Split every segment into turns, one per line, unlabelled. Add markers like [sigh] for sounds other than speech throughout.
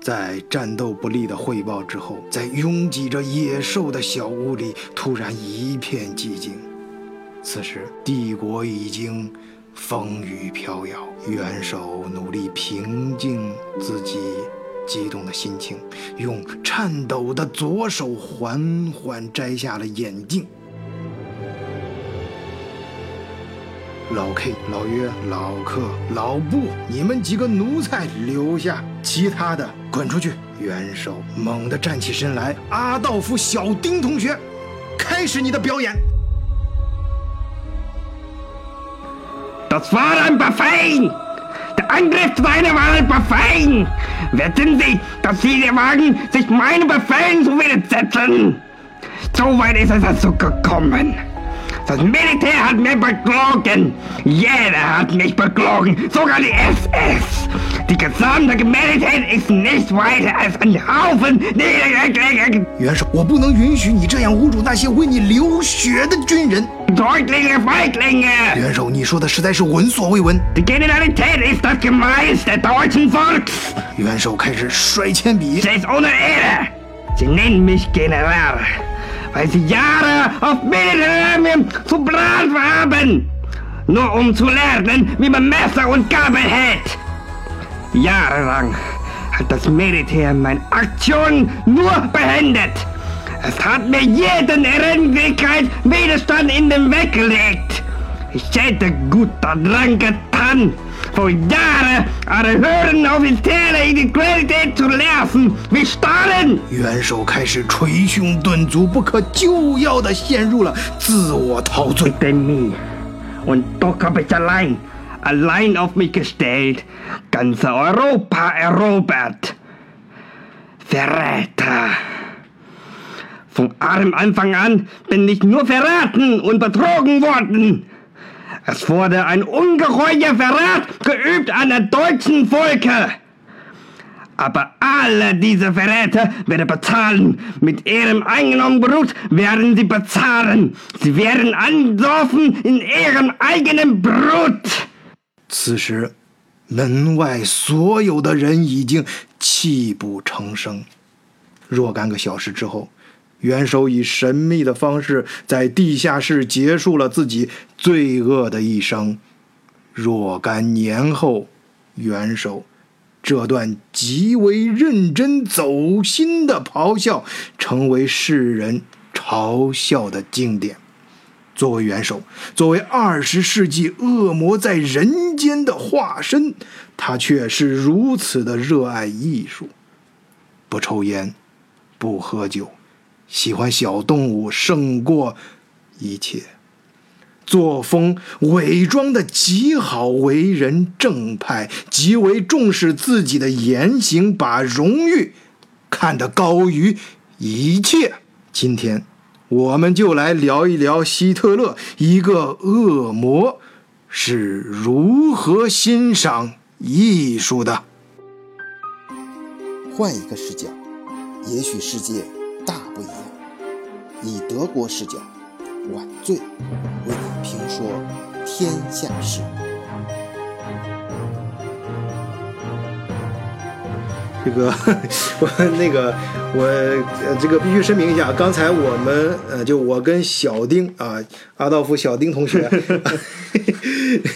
在战斗不利的汇报之后，在拥挤着野兽的小屋里，突然一片寂静。此时，帝国已经风雨飘摇，元首努力平静自己激动的心情，用颤抖的左手缓缓摘下了眼镜。老 K、老约、老克、老布，你们几个奴才留下，其他的滚出去！元首猛地站起身来，阿道夫·小丁同学，开始你的表演。
Das war ein Befehl! Der Angriff seiner war ein Befehl! Wer sind Sie, dass Sie hier wagen, sich meinen Befehlen zu widersetzen? So weit ist es dazu gekommen. Das Militär hat mich betrogen. Jeder hat mich betrogen, sogar die SS. Die gesamte Gemälde ist nicht weiter als ein Haufen niedergelegter
元首，我不能允许你这样侮辱那些为你流血的军人。
deutliche Feiglinge.
元首，你说的实在是闻所未闻。
Die Generalität ist das Gemeins des deutschen Volks.
元首开始甩铅笔。
Sie ist ohne Ehre. Sie nennen mich General, weil sie Jahre auf Militärarmeen zu brav haben. Nur um zu lernen, wie man Messer und Gabel hält. Jahrelang hat das Militär meine Aktionen nur behindert. Es hat mir jeden Rennwegkeit Widerstand in den Weg gelegt. Ich hätte gut daran getan, vor Jahren alle höheren Offiziere in die Qualität zu lassen, wie Stalin.
元首开始捶胸顿足，不可救药地陷入了自我陶醉。
denn mir. Und doch habe ich allein, allein auf mich gestellt, ganze Europa erobert. Verräter. Vom armen Anfang an bin ich nur verraten und betrogen worden. Es wurde ein ungeheuer Verrat geübt an der deutschen Volke. Aber alle diese Verräter werden bezahlen. Mit ihrem eigenen Blut werden sie bezahlen. Sie werden ansoffen in ihrem eigenen Blut.
此时，门外所有的人已经泣不成声。若干个小时之后，元首以神秘的方式在地下室结束了自己罪恶的一生。若干年后，元首这段极为认真走心的咆哮，成为世人嘲笑的经典。作为元首，作为二十世纪恶魔在人间的化身，他却是如此的热爱艺术，不抽烟，不喝酒，喜欢小动物胜过一切，作风伪装的极好，为人正派，极为重视自己的言行，把荣誉看得高于一切。今天。我们就来聊一聊希特勒，一个恶魔是如何欣赏艺术的。
换一个视角，也许世界大不一样。以德国视角，晚醉为你评说天下事。
这个， [laughs] 我那个，我呃，这个必须声明一下，刚才我们呃，就我跟小丁啊、阿道夫小丁同学，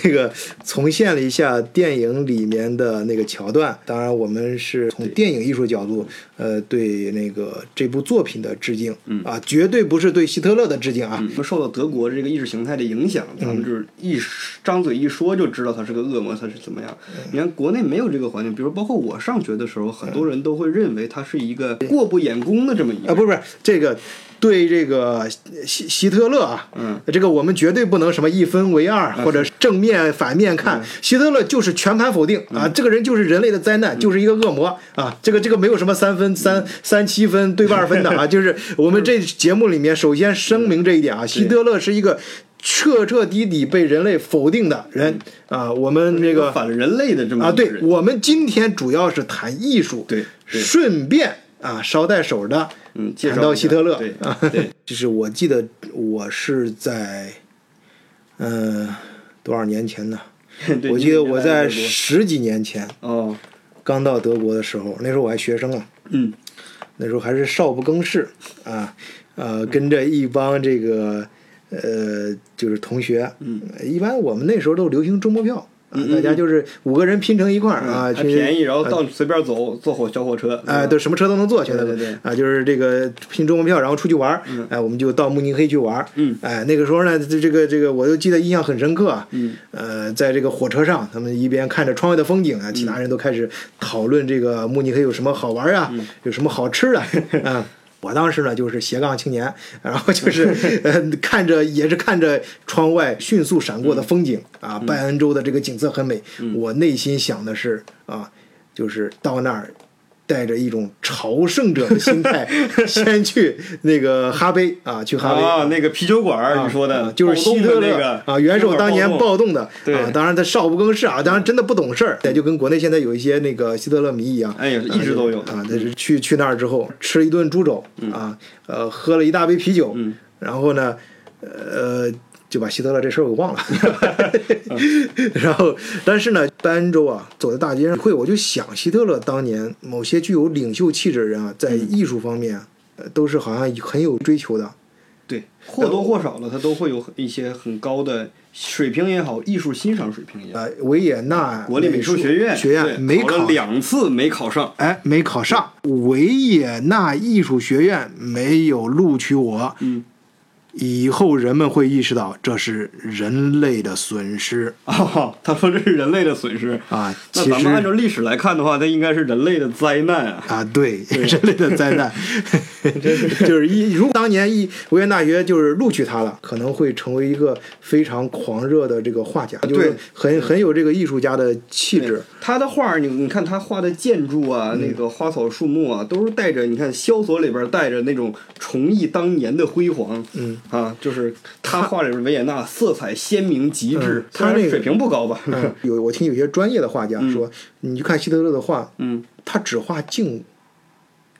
那个重现了一下电影里面的那个桥段。当然，我们是从电影艺术角度，呃，对那个这部作品的致敬，啊，绝对不是对希特勒的致敬啊。
我们受到德国这个意识形态的影响，
嗯
咱们就是一张嘴一说就知道他是个恶魔，他是怎么样。
嗯
你看国内没有这个环境，比如包括我上学的时候，很
嗯
多人都会认为他是一个过不眼功的这么一
啊，
个。
不是不是，这个对这个希希特勒啊，
嗯，
这个我们绝对不能什么一分为二，或者是正面反面看。
嗯
希特勒就是全盘否定啊，这个人就是人类的灾
嗯
难，就是一个恶魔啊，这个这个没有什么三分三三七分对半分的
[laughs]
啊，就是我们这节目里面首先声明这一
嗯
点啊，希特勒是一个。彻彻底底被人类否定的人啊，我们这个
反人类的这么
啊，
一个
对，
人
我们今天主要是谈艺术，
对对
顺便啊，捎带手的，
嗯介绍
谈到
一下
希特勒，
对
啊，
对，
[laughs] 就是我记得我是在，嗯、多少年前呢？
对
我
你 [laughs]
记得
原
我
来
在
德国
十几年前，
哦，
刚到德国的时候，那时候我还学生啊，
嗯，
那时候还是少不更事啊，呃，跟着一帮这个呃，就是同学，
嗯，
一般我们那时候都流行周末票，啊
嗯嗯嗯嗯
大家就是五个人拼成一块儿啊，
还
去
便宜，然后
啊
到随便走，坐火小火车，
哎，
嗯
对，什么车都能坐，现在
对对
啊，就是这个拼周末票，然后出去玩儿
嗯
哎，我们就到慕尼黑去玩儿
嗯
哎，那个时候呢，这这个这个，我就记得印象很深刻啊，
嗯
呃，在这个火车上，他们一边看着窗外的风景啊，其他
嗯
人都开始讨论这个慕尼黑有什么好玩儿啊，
嗯
有什么好吃的啊。我当时呢就是斜杠青年，然后就是
[laughs]
呃看着也是看着窗外迅速闪
嗯
过的风景、啊，拜恩州的这个景色很美。我内心想的是啊，就是到那儿带着一种朝圣者的心态，先去那个哈杯啊，去哈杯
啊，那个啤酒馆儿
啊
你说的
啊就是
暴
希
动
特
的
勒、
那个
啊，元首当年
暴动
暴动的
对
啊，当然他少不更事啊，当然真的不懂事儿，对，就跟国内现在有一些那个希特勒迷一样，
哎呀一直都有嗯
啊，但是去去那儿之后吃了一顿猪肘啊，呃，喝了一大杯啤酒，
嗯
然后呢，呃。就把希特勒这事儿给
[laughs]
忘了，然后，但是呢，拜恩州啊，走在大街上会，我就想希特勒当年某些具有领袖气质的人啊，在
嗯
艺术方面、啊呃都是好像很有追求的，
对，或多或少的，它都会有一些很高的水平也好，艺术欣赏水平也好。
呃，维也纳
国立美术学院
学
对
院没
考
考
了，两次没考上，
哎，没考上。维也纳艺术学院没有录取我，
嗯，
以后人们会意识到这是人类的损失
哦，他说这是人类的损失。
啊。
那
其
咱
实
们按照历史来看的话，那应该是人类的灾难啊！
啊，对， [laughs] 人类的灾
[laughs]
难，就是一如果当年一维也纳大学就是录取他了，可能会成为一个非常狂热的这个画家，就是
对
很很有这个艺术家的气质。
他的画儿，你你看他画的建筑
嗯
啊，那个花草树木啊，都是带着你看《萧索》里边带着那种重忆当年的辉煌，
嗯
啊，就是他画里边维也纳色彩鲜明极致
嗯，
虽
他那
然
个
水平不高吧，
嗯，有我听有些专业的画家说，你去看希特勒的画，
嗯，
他只画静物，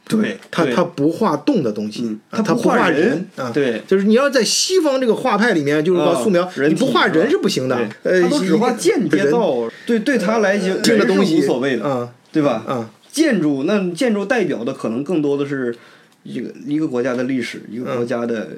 对，
他
对
他不画动的东西，
嗯
啊
他
他
不画
画
人
啊，
对
就是你要在西方这个画派里面，就是说
啊
素描，
人
你不
体
画
是吧
人是不行的，
对
呃，
他都只画间接
人
造，对对他来讲，
这个
人是
东西
无所谓的，
啊
对吧？
啊，
建筑那建筑代表的可能更多的是一个一个国家的历史，一
嗯
个国家的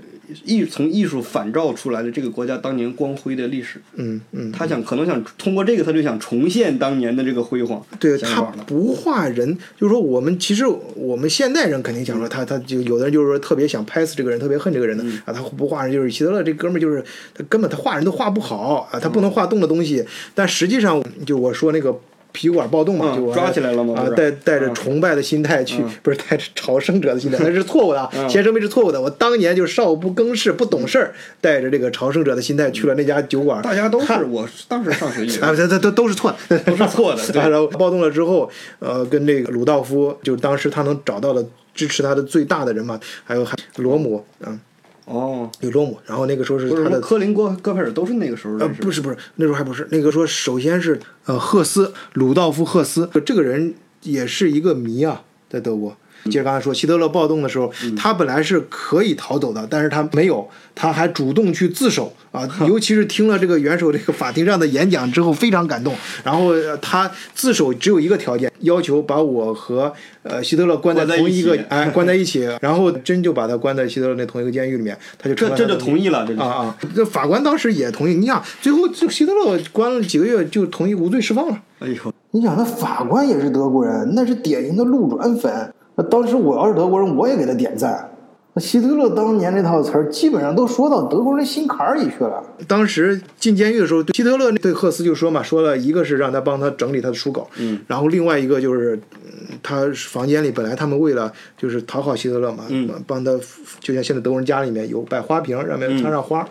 艺从艺术反照出来的这个国家当年光辉的历史。
嗯嗯，
他想可能想通过这个，他就想重现当年的这个辉煌。
对
想
他
法了。
不画人，就是说我们其实我们现代人肯定想说他，他就有的人就是说特别想拍死这个人，特别恨这个人
嗯
的啊，他不画人就是希特勒这哥们儿就是他根本他画人都画不好啊，他不能画动的东
嗯
西，但实际上就我说那个。皮管暴动嘛，
嗯
就我
抓起来了吗
啊
不，是
带带着
嗯
崇拜的心态去，
嗯
不是带着朝圣者的
[laughs]
心态，那是错误的啊。
嗯
先声明是错误的。我当年就是少不更事，不懂事儿，带着这个朝圣者的心态去了那家酒馆，
大家都
看
是，我当时上学
[laughs]
也
啊，这这都都是错的，
都是
[laughs]
错的。
啊
对，
然后暴动了之后，呃，跟这个鲁道夫，就是当时他能找到的支持他的最大的人嘛，还有还罗姆，嗯，
哦，
有罗姆，然后那个时候是
不是
他
什么
的。
科林戈戈佩尔都是那个时候
呃，
认识的。
不是不是，那时候还不是那个说，首先是呃，赫斯鲁道夫·赫斯这个人也是一个谜啊，在德国。接着刚才说，希特勒暴动的时候，
嗯
他本来是可以逃走的，但是他没有，他还主动去自首
[laughs]
啊。尤其是听了这个元首这个法庭上的演讲之后，非常感动。然后呃他自首只有一个条件，要求把我和呃希特勒关在
关在
同
一
一个
起
哎关在一起。然后真就把他关在希特勒那同一个监狱里面，他就成
这
了
这
他的
就同意了，这就
啊啊！这法官当时也同意。你想，最后这希特勒关了几个月，就同意无罪释放了。
哎呦，
你想，那法官也是德国人，那是典型的路转粉。那当时我要是德国人，我也给他点赞。
那希特勒当年这套词儿，基本上都说到德国人心坎儿里去了。
当时进监狱的时候，对希特勒对赫斯就说嘛，说了一个是让他帮他整理他的书稿，嗯，然后另外一个就是、嗯他房间里本来他们为了就是讨好希特勒嘛，
嗯
帮他就像现在德国人家里面有摆花瓶，上面插上花，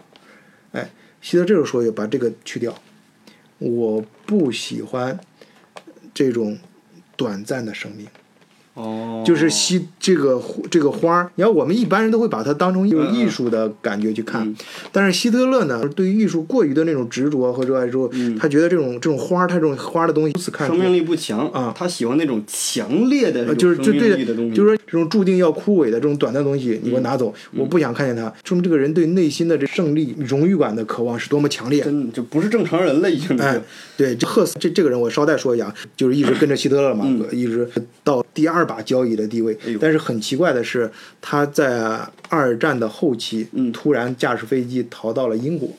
哎，希特这时候说把这个去掉，我不喜欢这种短暂的生命。
哦，
就是西这个这个花儿，你看我们一般人都会把它当成一种
嗯嗯
艺术的感觉去看，
嗯
但是希特勒呢，对于艺术过于的那种执着和热爱之后，
嗯
他觉得这种这种花儿，他这种花儿的东西如此看
生命力不强
啊
他喜欢那种强烈的
呃，
有
就是就
生命
对
力的东，西，嗯
就是说这种注定要枯萎的这种短暂的东西，你给我拿走，我不想看见它。说明这个人对内心的这胜利、荣誉感的渴望是多么强烈。
真就不是正常人了，已
[laughs]
经。
哎，对，这赫斯这这个人，我捎带说一下，啊，就是一直跟着希特勒嘛，呃一直到第二把交椅的地位。
嗯哎呦
但是很奇怪的是，他在二战的后期，
嗯
突然驾驶飞机逃到了英国。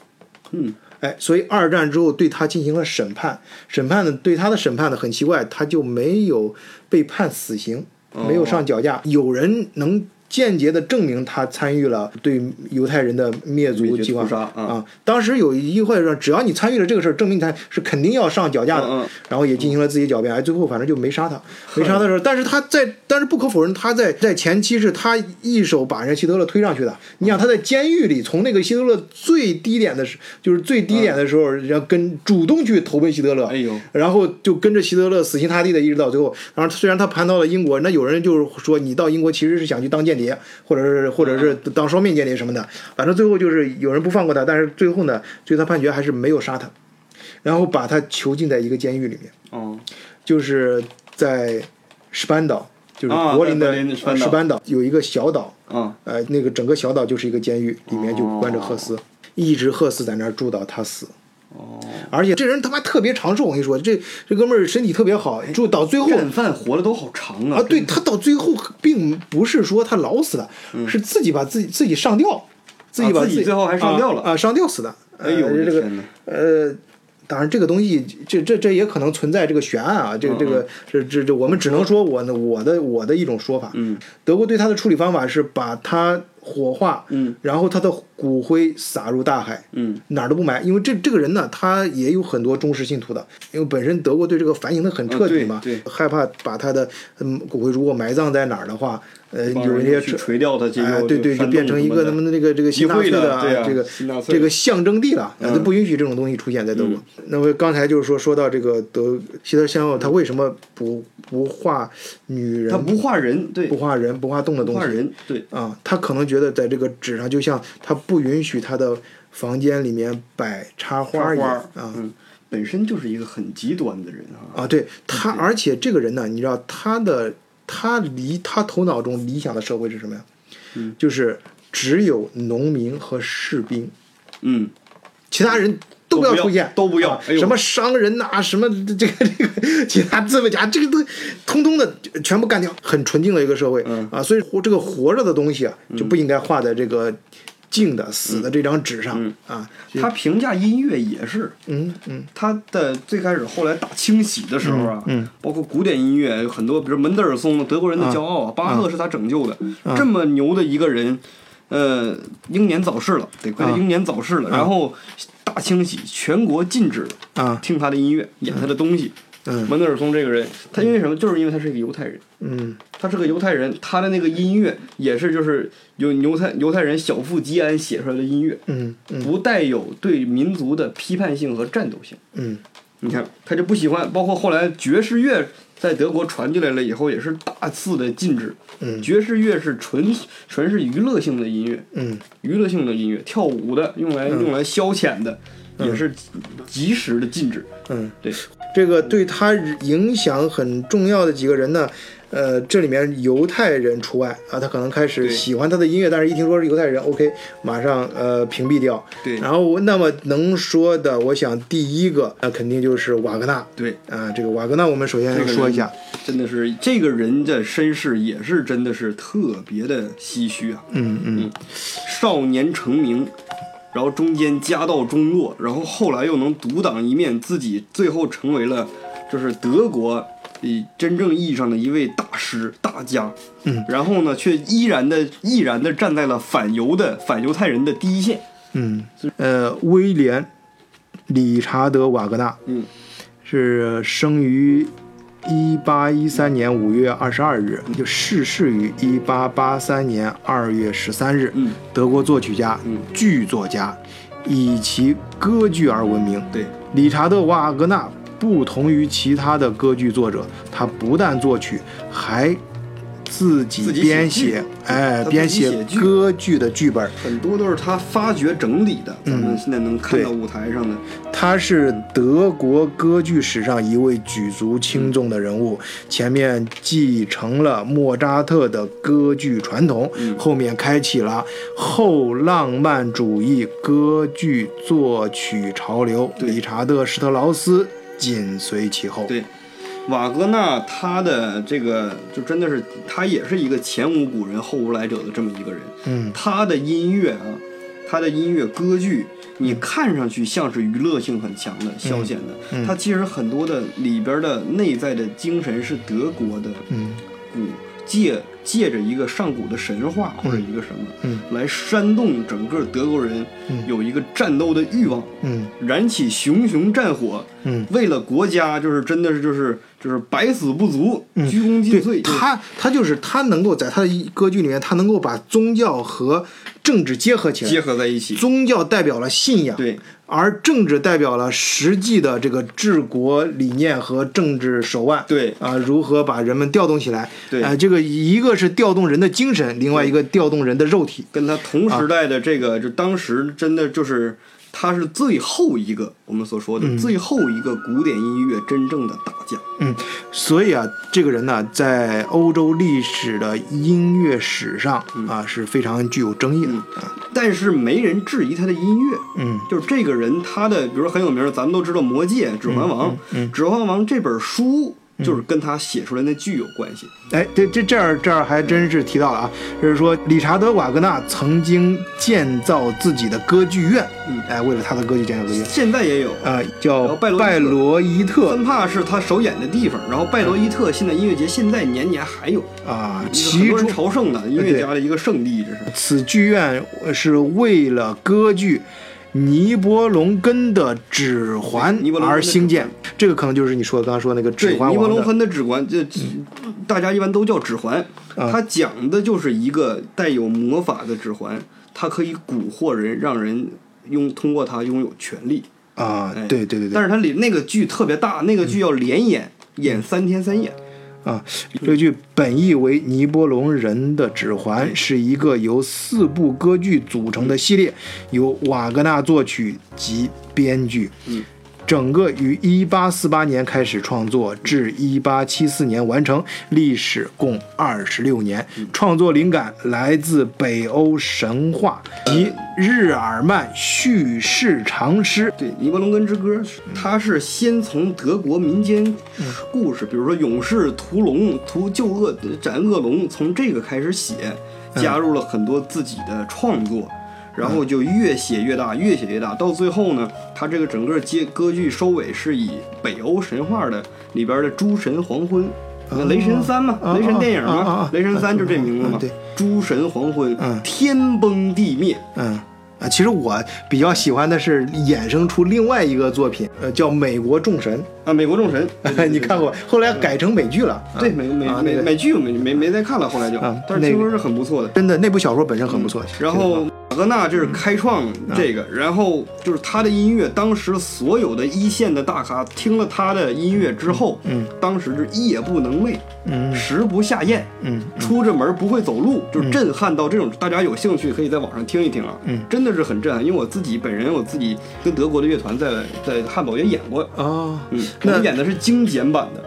嗯，
哎，所以二战之后对他进行了审判，审判呢对他的审判呢很奇怪，他就没有被判死刑，
哦
没有上绞架。有人能间接的证明他参与了对犹太人的灭族
灭绝
计划
屠杀
啊、
嗯
当时有一句话说，只要你参与了这个事儿，证明他是肯定要上绞架的。
嗯嗯
然后也进行了自己狡辩，哎，最后反正就没杀他，没杀他的时候，但是他在，但是不可否认，他在在前期是他一手把人希特勒推上去的。你想他在监狱里，从那个希特勒最低点的时，就是最低点的时候，然后跟主动去投奔希特勒，
哎呦
然后就跟着希特勒死心塌地的一直到最后。然后虽然他盘到了英国，那有人就是说你到英国其实是想去当间谍，或者是或者是当双面间谍什么的，反正最后就是有人不放过他，但是最后呢，最后他判决还是没有杀他，然后把他囚禁在一个监狱里面。
哦，
就是在石斑岛，就是
啊
柏林的
在柏林的石
呃
斑岛
石斑岛有一个小岛，
啊，
呃，那个整个小岛就是一个监狱，里面就关着赫斯，一直赫斯在那儿住到他死。
哦，
而且这人他妈特别长寿，我跟你说，这这哥们儿身体特别好，住到最后
战犯活的都好长哎啊
啊，对他到最后并不是说他老死的，是自己把自己自己上吊，自己把
嗯自己
己
最后还上吊了
啊啊，上吊死的。
哎
呃
呦我的
这个
天哪
呃。当然，这个东西，这这这也可能存在这个悬案啊，
嗯
这个这个这这这，我们只能说我呢我的我的一种说法。
嗯，
德国对他的处理方法是把他火化，
嗯，
然后他的骨灰撒入大海，
嗯，
哪儿都不埋，因为这这个人呢，他也有很多忠实信徒的，因为本身德国对这个反映的很彻底嘛，
啊对对
害怕把他的嗯骨灰如果埋葬在哪儿的话，呃，
帮
有
人
一些
去垂钓它这
哎
个
对对，就
山洞
变成一个
什
他
么
们
的
的那个这个新纳粹
集会
的
的对啊
这个
新纳粹
这个象征地了，
嗯
啊就不允许这种东西出现在德国。那么刚才就是说说到这个德希特先后，他为什么不不画女人？
他不画人，对，
不画人，不画动的
不
东西。
画人，对，
啊，他可能觉得在这个纸上，就像他不允许他的房间里面摆插花
画
儿一
画
样
儿
啊。
嗯，本身就是一个很极端的人啊，
啊，对他，而且这个人呢，你知道他的他离他头脑中理想的社会是什么呀？
嗯
就是只有农民和士兵，
嗯，
其他人都不要出现，
都不要
啊
哎呦
什么商人呐、什么 [laughs] 这个这个其他资本家，这个都通通的全部干掉，很纯净的一个社会、
嗯
啊。所以活这个活着的东西啊，就不应该画在这个静的、死的这张纸上、
嗯
啊。
他评价音乐也是，
嗯嗯，
他的最开始后来打清洗的时候啊，包括古典音乐有很多，比如门德尔松，德国人的骄傲啊，巴赫是他拯救的，
啊
这么牛的一个人，呃，英年早逝了，得亏他
啊
英年早逝了，然后大清洗，全国禁止
啊
听他的音乐，演他的东西。
嗯
门德尔松这个人，他因为什么？就是因为他是一个犹太人，
嗯
他是个犹太人，他的那个音乐也是就是由犹太犹太人小富即安写出来的音乐，
嗯嗯
不带有对民族的批判性和战斗性。
嗯
你看，他就不喜欢，包括后来爵士乐在德国传进来了以后，也是大肆的禁止。
嗯
爵士乐是纯纯是娱乐性的音乐，
嗯
娱乐性的音乐，跳舞的，用来用来消遣的，也是及时的禁止。
嗯，
对，
这个对他影响很重要的几个人呢，呃，这里面犹太人除外啊，他可能开始
对
喜欢他的音乐，但是一听说是犹太人，OK，马上呃屏蔽掉。
对
然后那么能说的，我想第一个那、肯定就是瓦格纳。
对
啊，这个瓦格纳我们首先
这个
说一下，
人真的是这个人的身世也是真的是特别的唏嘘啊。
嗯嗯
嗯，少年成名，然后中间家道中落，然后后来又能独当一面，自己最后成为了就是德国以真正意义上的一位大师大家。
嗯，
然后呢，却依然的毅然的站在了反犹的反犹太人的第一线。
嗯，呃，威廉·理查德·瓦格纳
嗯，
是生于一八一三年五月二十二日，
嗯
就逝世于一八八三年二月十三日。
嗯，
德国作曲家、
嗯
剧作家，以其歌剧而闻名。
对，
理查德·瓦格纳不同于其他的歌剧作者，他不但作曲，还自己
自己
编
写剧
写，哎，
他自己
编
写剧
歌剧的剧本。
很多都是他发掘整理的，咱们现在能看到
嗯对
舞台上的。
他是德国歌剧史上一位举足轻重的人物，前面继承了莫扎特的歌剧传统，
嗯
后面开启了后浪漫主义歌剧作曲潮流，
对
理查德·施特劳斯紧随其后。
对，瓦格纳他的这个就真的是他也是一个前无古人后无来者的这么一个人。
嗯，
他的音乐啊，他的音乐歌剧，你看上去像是娱乐性很强的、消
嗯
遣的，它其实很多的里边的内在的精神是德国的
嗯
古借借着一个上古的神话或者一个什么，
嗯
来煽动整个德国人有一个战斗的欲望，
嗯
燃起熊熊战火，
嗯
为了国家就是真的是就是就是百死不足，鞠躬尽瘁。
嗯对
就是
他，他就是他能够在他的歌剧里面，他能够把宗教和政治结合起来，
结合在一起，
宗教代表了信仰，
对，
而政治代表了实际的这个治国理念和政治手腕，
对
啊、如何把人们调动起来，
对
啊、这个一个是调动人的精神，另外一个调动人的肉体，
跟他同时代的这个，就当时真的就是他是最后一个我们所说的、最后一个古典音乐真正的大家。
嗯，所以啊，这个人呢，在欧洲历史的音乐史上
嗯
啊、是非常具有争议的，啊
但是没人质疑他的音乐，
嗯，
就是这个人他的，比如说很有名儿，咱们都知道《魔戒》《指环王》
嗯
指环王》这本书就是跟他写出来那剧有关系，
哎，这这这儿这儿还真是提到了啊，就是说理查德·瓦格纳曾经建造自己的歌剧院，
嗯
哎，为了他的歌剧建造歌剧院。
现在也有。
啊、叫
后拜罗伊特
拜罗伊特
森帕是他首演的地方，然后拜罗伊特现在音乐节现在年年还有，
啊、
很
其
多人
中
朝圣的音乐家的一个圣地，这是。
此剧院呃是为了歌剧《尼伯龙根的指环
对尼伯》龙根的
而
指环
兴建，这个可能就是你说的刚刚说那个《指
对，
环
尼伯
王》
龙
的。嗯
芬的指环，这大家一般都叫指环，
啊
它讲的就是一个带有魔法的指环，它可以蛊惑人，让人拥通过它拥有权力。
啊、
哎
对对对嗯对
但，是它里那个剧特别大，那个剧要连演，演三天三夜。
啊，这个剧本意为《尼伯龙人的指环》，是一个由四部歌剧组成的系列，由瓦格纳作曲及编剧。
嗯
整个于1848年开始创作，至1874年完成，历史共二十六年。创作灵感来自北欧神话及日耳曼叙事长诗。
对，《尼伯龙根之歌》，
嗯
它是先从德国民间故事，比如说勇士、屠龙、屠救恶、斩恶龙，从这个开始写，
嗯
加入了很多自己的创作，然后就越写越大，越写越大，到最后呢，它这个整个接歌剧收尾是以北欧神话的里边的诸神黄昏。那雷神三嘛，
啊
雷神电影
啊啊
嘛
啊，
雷神三就这名字嘛
嗯对。
诸神黄昏
嗯，
天崩地灭，
嗯，啊，其实我比较喜欢的是衍生出另外一个作品，呃，叫《美国众神》，，
啊，美国众神
[laughs] 你看过吧？后来改成美剧了。
嗯对，
啊
美美
啊那
美
个
美剧我没没没再看了，后来就
啊，
但是
那
听
个
说是很不错的。
真的那部小说本身很不错。
嗯然后马格纳这是开
啊
创这个，然后就是他的音乐，当时所有的一线的大咖听了他的音乐之后，嗯，当时是夜不能寐，
嗯
食不下咽，
嗯，
出着门不会走路，就是震撼到这种。大家有兴趣可以在网上听一听啊，嗯，真的是很震撼，因为我自己本人我自己跟德国的乐团在在汉堡也演过，
哦，
嗯，我
那
们演的是精简版的。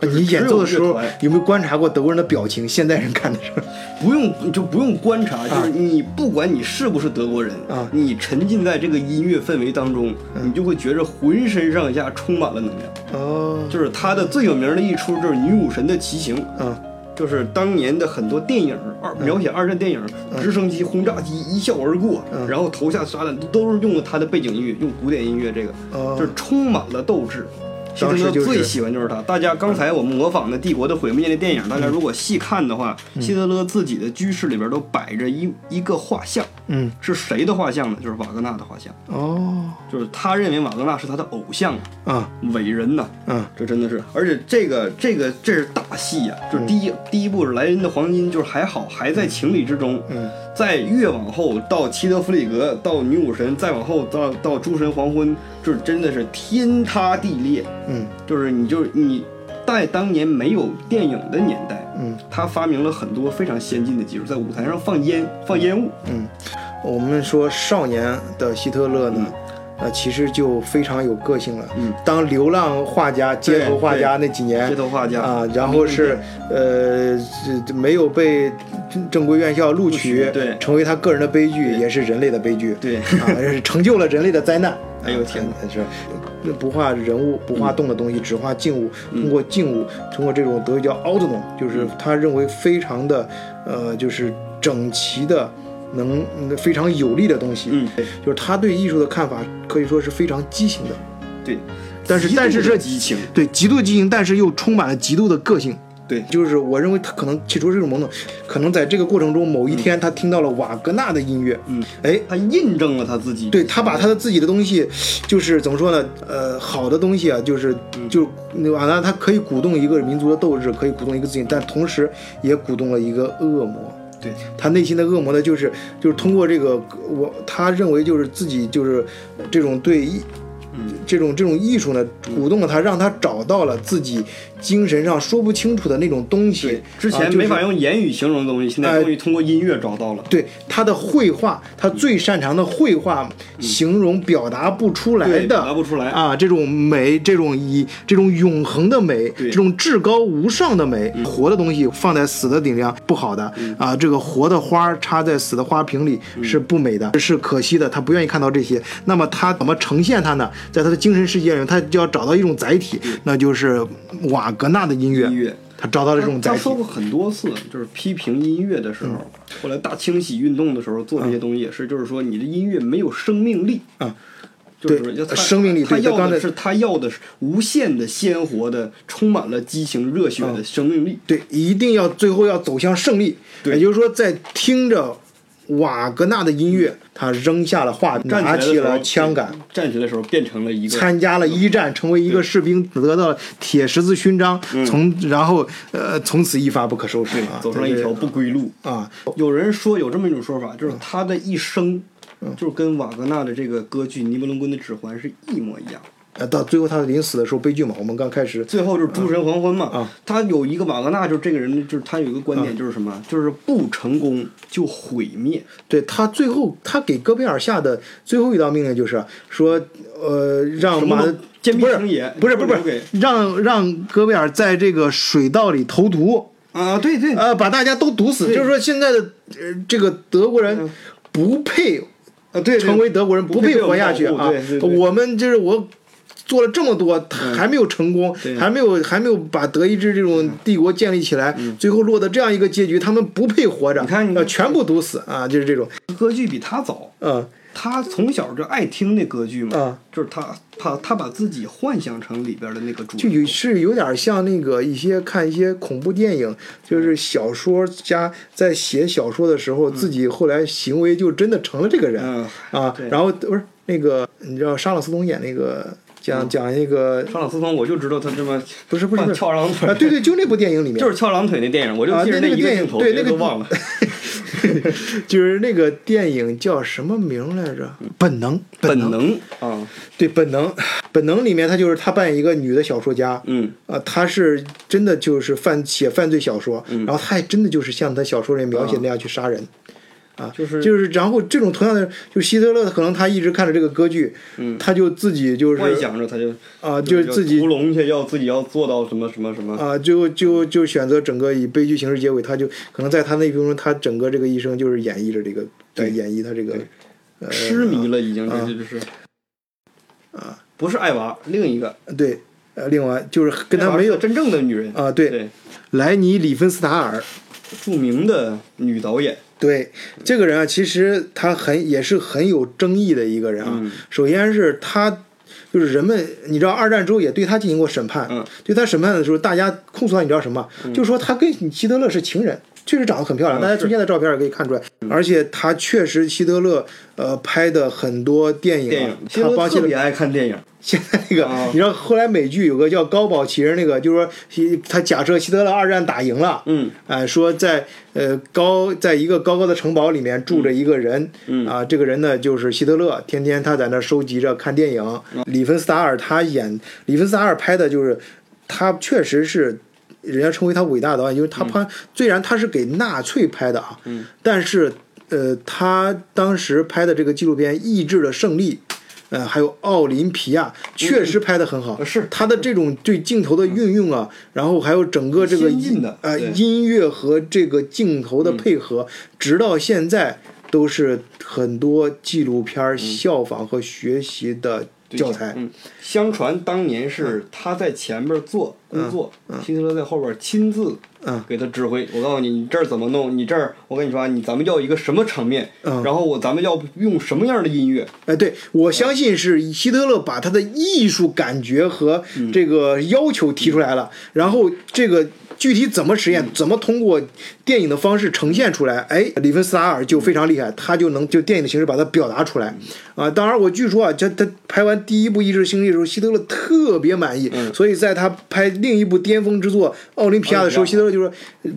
你演奏的时
只有
候
乐团
有没有观察过德国人的表情？现代人看的时候，
[laughs] 不用就不用观察，就是你不管你是不是德国人，
啊
你沉浸在这个音乐氛围当中，你就会觉着浑身上下充满了能量。
哦，
就是他的最有名的一出就是《女武神的骑行》，
嗯，
就是当年的很多电影二描写二战电影，
嗯
直升机、轰炸机一笑而过，然后投下炸弹，都是用了他的背景音乐，用古典音乐这个，
哦
就是充满了斗志。希
当
特
时
勒
就是
最喜欢就是他。大家刚才我们模仿的《帝国的毁灭》那电影，大
嗯
家如果细看的话，希特勒自己的居室里边都摆着一一个画像，
嗯，
是谁的画像呢？就是瓦格纳的画像，
哦，
就是他认为瓦格纳是他的偶像啊。
啊，
伟人呐、
嗯，
这真的是，而且这个这个这是大戏呀、
嗯
就是第一、第一部是莱恩的黄金，就是还好还在情理之中，嗯，再越往后到齐德弗里格，到女武神，再往后到到诸神黄昏，就是真的是天塌地裂，
嗯
就是你就是你在当年没有电影的年代，
嗯，
他发明了很多非常先进的技术，在舞台上放烟、
嗯
放烟雾，
我们说少年的希特勒呢，呃，其实就非常有个性了。
嗯，
当流浪画家、街头画家那几年，
街头画家
啊，然后是呃这没有被正正规院校录取
取，对
成为他个人的悲剧，也是人类的悲剧，
对
啊，是成就了人类的灾难。
哎呦天哪！
是不画人物，不画动的东西，只画静物。通过静物，通过这种德语叫 a u t o n o m 就是他认为非常的，呃，就是整齐的，能嗯非常有力的东西。
嗯，
就是他对艺术的看法可以说是非常激情的，
对，
但是
极度
但是这
的激情，
对极度激情，但是又充满了极度的个性。
对
就是我认为他可能起初是一种懵懂，可能在这个过程中某一天他听到了瓦格纳的音乐，嗯，哎，
他印证了他自己，
对他把他的自己的东西，就是怎么说呢？呃，好的东西啊，就是
嗯
就那完了，他可以鼓动一个民族的斗志，可以鼓动一个自己，但同时也鼓动了一个恶魔。
对
他内心的恶魔呢，就是就是通过这个我，他认为就是自己就是这种对艺，
嗯
这种这种艺术呢，鼓动了他，让他找到了自己精神上说不清楚的那种东西
对，，之
啊
前
就是
没法用言语形容的东西，现
哎
在终于通过音乐找到了。
对他的绘画，他最擅长的绘画，形容表达不出来
对
的，
表达不出来
啊，这种美，这种以这种永恒的美，
对
这
嗯
种至高无上的美，活的东西放在死的顶上不好的啊，这个活的花插在死的花瓶里
嗯
是不美的，是可惜的，他不愿意看到这些。那么他怎么呈现它呢？在他的精神世界里，他就要找到一种载体，那就是瓦格纳的音乐。
嗯音乐
他找到了这种载
他
体。嗯
说过很多次，就是批评音乐的时候，后来大清洗运动的时候做这些东西也是，就是说你的音乐没有生命力
啊，
就是
对
说要他
生命力
他
对他
要
刚才
的是他要的是无限的鲜活的，充满了激情热血
嗯
的生命力。
对，一定要最后要走向胜利。
对
也就是说，在听着瓦格纳的音乐，他扔下了画，
站起
拿
来的
起
时候
了枪杆，，
站起来的时候变成了一个
参加了一战，成为一个士兵，得到了铁十字勋章，从然后呃，从此一发不可收拾啊，
嗯走上了一条不归路。
啊，
有人说有这么一种说法，就是他的一生，就是跟瓦格纳的这个歌剧《尼伯龙根的指环》是一模一样。
呃到最后他临死的时候悲剧嘛，我们刚开始
最后就是诸神黄昏嘛，
啊
他有一个瓦格纳，就是这个人，就是他有一个观点，就是什么，就是不成功就毁灭，
对他最后他给戈贝尔下的最后一道命令就是说，呃，让马
什么都坚壁
不是
清野
不是不
不
是
留给
让让戈贝尔在这个水道里投毒，
啊，对对，
呃，把大家都毒死。就是说现在的呃这个德国人不配
啊对，
成为德国人，
不
配
被
活下去
我们
啊
保护对对！对
我们就是我。做了这么多，还没有成功，
对
还没有还没有把德意志这种帝国建立起来，最后落得这样一个结局，他们不配活着，
你看你
呃全部毒死啊，就是这种，
歌剧比他早，
嗯，
他从小就爱听那歌剧嘛，
啊
就是他他他把自己幻想成里边的那个主
就有是有点像那个一些看一些恐怖电影，就是小说家在写小说的时候，自己后来行为就真的成了这个人、
嗯
啊
对。
然后不是那个，你知道沙朗斯通演那个讲、
嗯
讲那个
上朗斯通，我就知道他这么
不是不是不是
翘二郎腿
啊，对对，就那部电影里面
就是翘二郎腿那电影，我就
啊，
记
那
着
那个
一个
电影
镜头，
对
别
那
的
个
都忘了，
就是那个电影叫什么名来着？ [laughs] 本能，
本
能，
能啊，
对本能，本能里面他就是他扮演一个女的小说家，
嗯，
啊，他是真的就是犯写犯罪小说，
嗯
然后他还真的就是像他小说里描写那样去杀人，啊，
就是
就是，然后这种同样的，就希特勒可能他一直看着这个歌剧，他就自己就是
嗯幻想着他就
啊 [laughs] 就是自己
要屠龙去，要自己要做到什么什么什么，
啊，就就就选择整个以悲剧形式结尾，他就可能在他那一分钟，他整个这个一生就是演绎着这个，在演绎他这个，呃
痴迷了，已经是这就是，啊，不是艾娃，另一个
对，呃，另外就是跟他没
艾
有
娃是真正的女人
啊，对，
对，
莱尼·里芬斯塔尔，
著名的女导演，
对这个人啊，其实他很也是很有争议的一个人啊。
嗯
首先是他，就是人们，你知道二战之后也对他进行过审判。
嗯
对他审判的时候，大家控诉他，你知道什么？就说他跟希特勒是情人，确实长得很漂亮，
嗯
大家
是嗯
从现在照片也可以看出来。而且他确实希特勒呃拍的很多电影、啊，
电影，其实
他
我
帮希
特
特
别
勒。
爱看电影，
现在那个，
啊
你知道后来美剧有个叫《高保奇人》，那个就是说希他假设希特勒二战打赢了，
嗯，
啊，说在呃高在一个高高的城堡里面住着一个人，
嗯
啊，这个人呢就是希特勒，天天他在那儿收集着看电
嗯
影。里芬斯塔尔他演里芬斯塔尔拍的就是他确实是人家称为他伟大导演，因为他
嗯
拍、虽然他是给纳粹拍的啊，但是呃，他当时拍的这个纪录片《意志的胜利》。呃，还有奥林匹亚确实拍的很好，
嗯是
他的这种对镜头的运用啊，然后还有整个这个
先进的
呃
对
音乐和这个镜头的配合，直到现在都是很多纪录片儿效仿和学习的教材。嗯
嗯，相传当年是他在前边做工作，希特勒在后边亲自
嗯
给他指挥。我告诉你，你这儿怎么弄？你这儿，我跟你说啊，你咱们要一个什么场面？
嗯
然后我咱们要用什么样的音乐？
哎，对，我
嗯
相信是希特勒把他的艺术感觉和
嗯
这个要求提出来了，然后这个具体怎么实
嗯
验，怎么通过电影的方式呈现出来，哎，里芬斯塔尔就非常厉害，他就能就电影的形式把它表达出来。
嗯
啊，当然我据说啊，这他拍完第一部《意志星力》的时候，希特勒特别满意，
嗯
所以在他拍另一部巅峰之作《奥林匹亚》的时候，
奥林
希
匹亚
特勒就说：“呃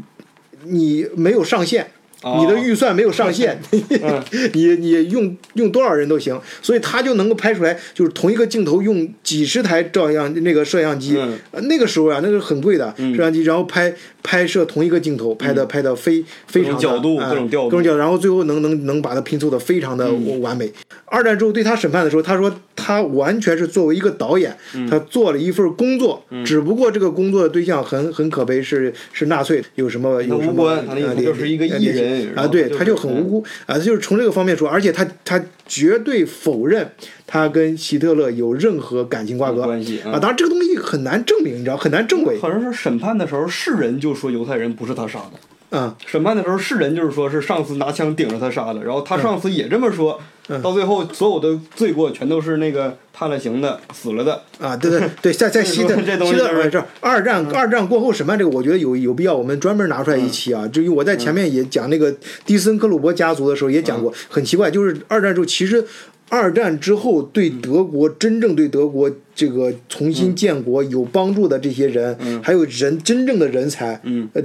你没有上限。”
哦
你的预算没有上限，
[laughs] 嗯
[laughs] 你你用用多少人都行，所以他就能够拍出来，就是同一个镜头用几十台照相那个摄像机，
嗯
呃那个时候啊，那个很贵的、摄像机，然后拍拍摄同一个镜头，拍的、拍的非非常的
角度
哎
嗯各种调度嗯
各种角度，然后最后能能能把它拼凑的非常的完美。二战之后对他审判的时候，他说他完全是作为一个导演，
嗯
他做了一份工作，只不过这个工作的对象很很可悲，是是纳粹，有什么有
那
什
无
么
关他那意思
呃联
就是一个艺
联系
人然
啊，
后
对，
就是嗯
他就很无辜啊，就是从这个方面说，而且他他绝对否认他跟希特勒有任何感情挂
有
钩
关系嗯
啊，当然这个东西很难证明，你知道很难证伪
好像是审判的时候，是人就说犹太人不是他杀的。
啊，
审判的时候，是人就是说是上司拿枪顶着他杀的，然后他
嗯
上司也这么说，到最后所有的罪过全都是那个判了刑的死了的。
啊，对对对，在
[laughs]
在希特
这东西
希特
就是嗯
尔这二战二战过后审判这个，我觉得有有必要，我们专门拿出来一期
嗯
啊。至于我在前面也讲那个迪森克鲁伯家族的时候也
嗯
讲过，很奇怪，就是二战之后，其实二战之后对
嗯
德国真正对德国这个重新建国有帮助的这些人，还有人真正的人才，
嗯
呃，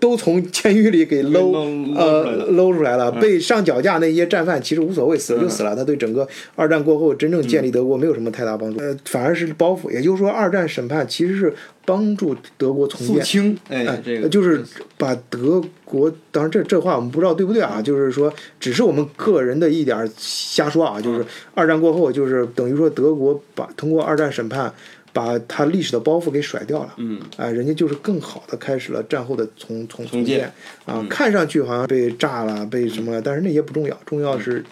都从监狱里给搂
弄
呃
捞出
搂出来
来的
了，被上脚架那些战犯其实无所谓，死了就死了。他对整个二战过后真正建立德国没有什么太大帮助，呃，反而是包袱。也就是说，二战审判其实是帮助德国重
肃
建。
清，
哎
哎，，这个
就是把德国，当然这这话我们不知道对不对啊，就是说，只是我们个人的一点儿瞎说啊，就是二战过后，就是等于说德国把通过二战审判，把他历史的包袱给甩掉了，嗯，啊，人家就是更好的开始了战后的重重重
建
建啊，看上去好像被炸了，被什么了，但是那些不重要，重要是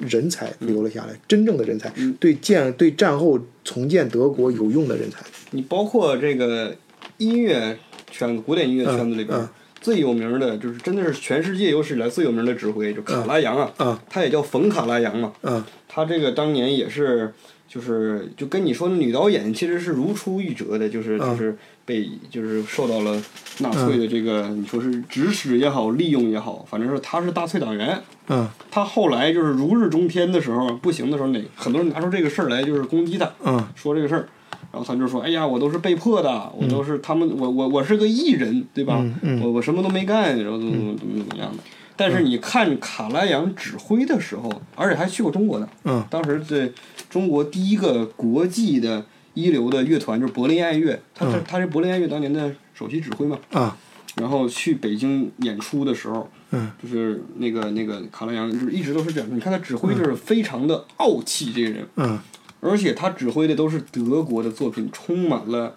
人才留了下来，真正的人才，对建对战后重建德国有用的人才，
你包括这个音乐圈、古典音乐圈子里
嗯
边。
嗯
最有名的就是，真的是全世界有史以来最有名的指挥，就卡拉扬啊，
嗯嗯
他也叫冯卡拉扬嘛，
嗯
他这个当年也是，就是就跟你说的女导演其实是如出一辙的，就是
嗯
就是被就是受到了纳粹的这个
嗯
你说是指使也好，利用也好，反正是他是纳粹党员。
嗯
他后来就是如日中天的时候，不行的时候，哪很多人拿出这个事儿来就是攻击他，
嗯
说这个事儿，然后他就说：“哎呀，我都是被迫的，我都是他们，我我我是个艺人，对吧？
嗯
我我什么都没干，然后怎么怎么怎么怎么样的。”但是你看卡拉扬指挥的时候，而且还去过中国呢。
嗯
当时这中国第一个国际的一流的乐团就是柏林爱乐，他这他是柏林爱乐当年的首席指挥嘛。
嗯啊
然后去北京演出的时候，
嗯，
就是那个那个卡拉扬，就是一直都是这样。你看他指挥就是非常的傲气，这个人，
嗯
而且他指挥的都是德国的作品，充满了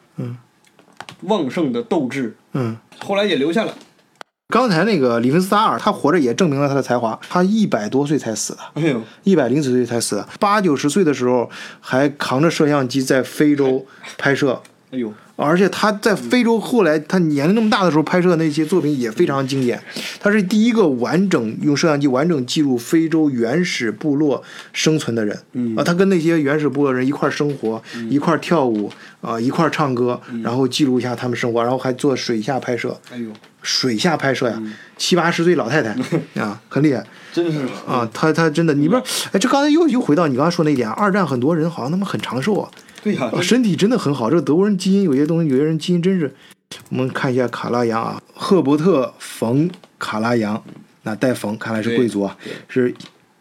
旺盛的斗志，
嗯。
后来也留下了。
刚才那个里芬斯塔尔，他活着也证明了他的才华。他一百多岁才死的，
哎呦，
一百零几岁才死的，八九十岁的时候还扛着摄像机在非洲拍摄，
哎呦，
而且他在非洲后来他年龄那么大的时候拍摄那些作品也非常经典。他是第一个完整用摄像机完整记录非洲原始部落生存的人。嗯啊，他跟那些原始部落人一块儿生活，一块儿跳舞，啊、一块儿唱歌，然后记录一下他们生活，然后还做水下拍摄。
哎呦，
水下拍摄呀，七八十岁老 [laughs] 太太啊，很厉害
真是
啊！她她真的，你不是哎，这刚才又又回到你刚才说那一点，二战很多人好像他们很长寿啊，
对呀、
啊身体真的很好。这个德国人基因有些东西，有些人基因真是，我们看一下卡拉扬啊，赫伯特·冯·卡拉扬，那戴冯看来是
对
贵族啊，是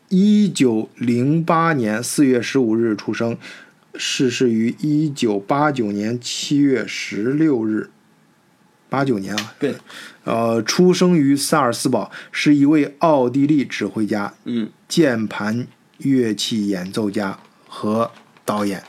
一九零八年四月十五日出生，逝世于一九八九年七月十六日。八九年啊，
对，
呃，出生于萨尔斯堡，是一位奥地利指挥家、
嗯
键盘乐器演奏家和导演。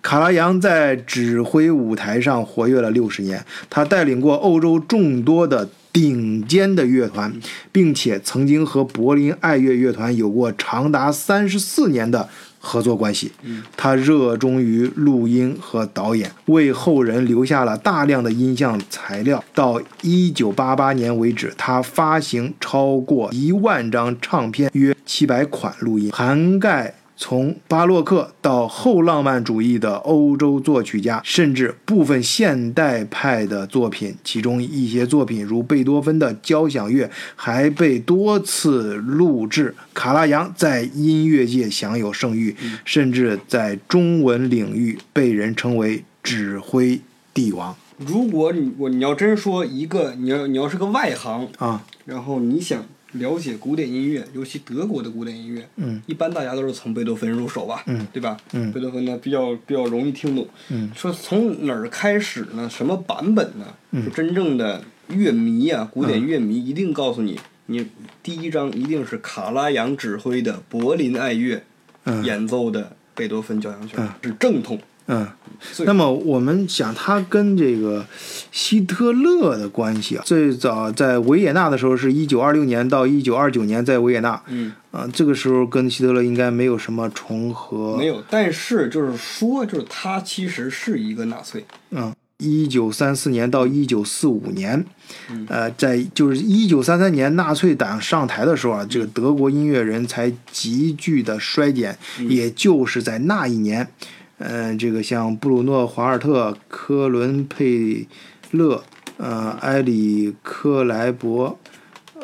卡拉扬在指挥舞台上活跃了六十年，他带领过欧洲众多的顶尖的乐团，并且曾经和柏林爱乐乐团有过长达三十四年的合作关系。他热衷于录音和导演，为后人留下了大量的音像材料。到一九八八年为止，他发行超过一万张唱片，约七百款录音，涵盖从巴洛克到后浪漫主义的欧洲作曲家，甚至部分现代派的作品，其中一些作品如贝多芬的交响乐还被多次录制。卡拉扬在音乐界享有盛誉，甚至在中文领域被人称为“指挥帝王
如果你我你要真说一个，你要你要是个外行”，
啊。
然后你想了解古典音乐，尤其德国的古典音乐，
嗯，
一般大家都是从贝多芬入手吧，
嗯
对吧？
嗯
贝多芬呢比较比较容易听懂，
嗯，
说从哪儿开始呢？什么版本呢？
嗯
就真正的乐迷啊，古典乐迷一定告诉你，你第一章一定是卡拉扬指挥的柏林爱乐
嗯
演奏的贝多芬交响曲，
嗯
是正统。
嗯，
所以
那么我们想他跟这个希特勒的关系啊，最早在维也纳的时候是一九二六年到一九二九年在维也纳，
嗯，
啊、这个时候跟希特勒应该没有什么重合，
没有，但是就是说，就是他其实是一个纳粹，
嗯，一九三四年到一九四五年，
嗯
呃，在就是一九三三年纳粹党上台的时候啊，这个德国音乐人才急剧的衰减，
嗯
也就是在那一年，呃，这个像布鲁诺·华尔特、科伦佩勒、呃，埃里克莱伯、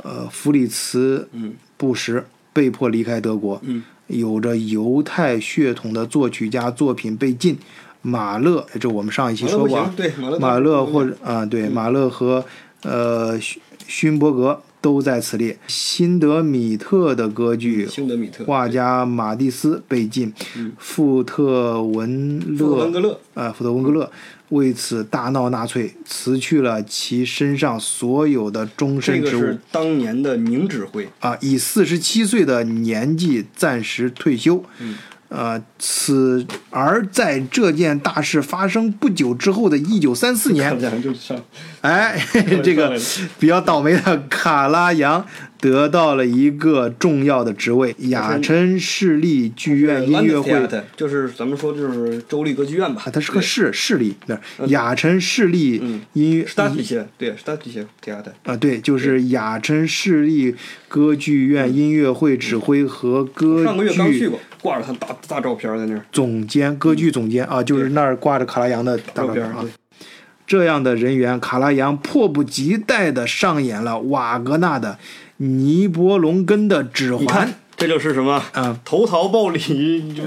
呃，弗里茨
嗯
布什被迫离开德国，
嗯
有着犹太血统的作曲家作品被禁。马勒，这我们上一期
马勒
说
不
过啊
行，，对马勒
马勒或
者
者啊、对，
嗯
马勒和呃勋勋伯格都在此列。辛德米特的歌剧
辛德米特、嗯
画家马蒂斯被禁，富特文
富兰格
勒
勒，
呃，富特文格勒为此大闹纳粹，辞去了其身上所有的终
这
身
个
职务。
是当年的名指挥，
啊，以四十七岁的年纪暂时退休。
嗯，
呃，此而在这件大事发生不久之后的一九三四年，
讲就上
哎，
了
这
上来
个
了
比较倒霉的卡拉扬得到了一个重要的职位——雅琛市立剧院音乐会。
Landestheater，就是咱们说就是州立歌剧院吧
啊，，它是个
对
市市立，对，雅琛市立音乐
嗯是大体
嗯
系，对，是大体系 theater，
啊，对，就是雅琛市立歌剧院音乐会指挥和歌剧
上个月刚去过，挂着他大大照片在那儿，
总监，歌剧总监啊，就是那儿挂着卡拉扬的大
照
照
片
片
儿
啊
对。
这样的人员，卡拉扬迫不及待地上演了瓦格纳的《尼伯龙根的指
你
环
看》。这就是什么？
啊，嗯
投桃报李，就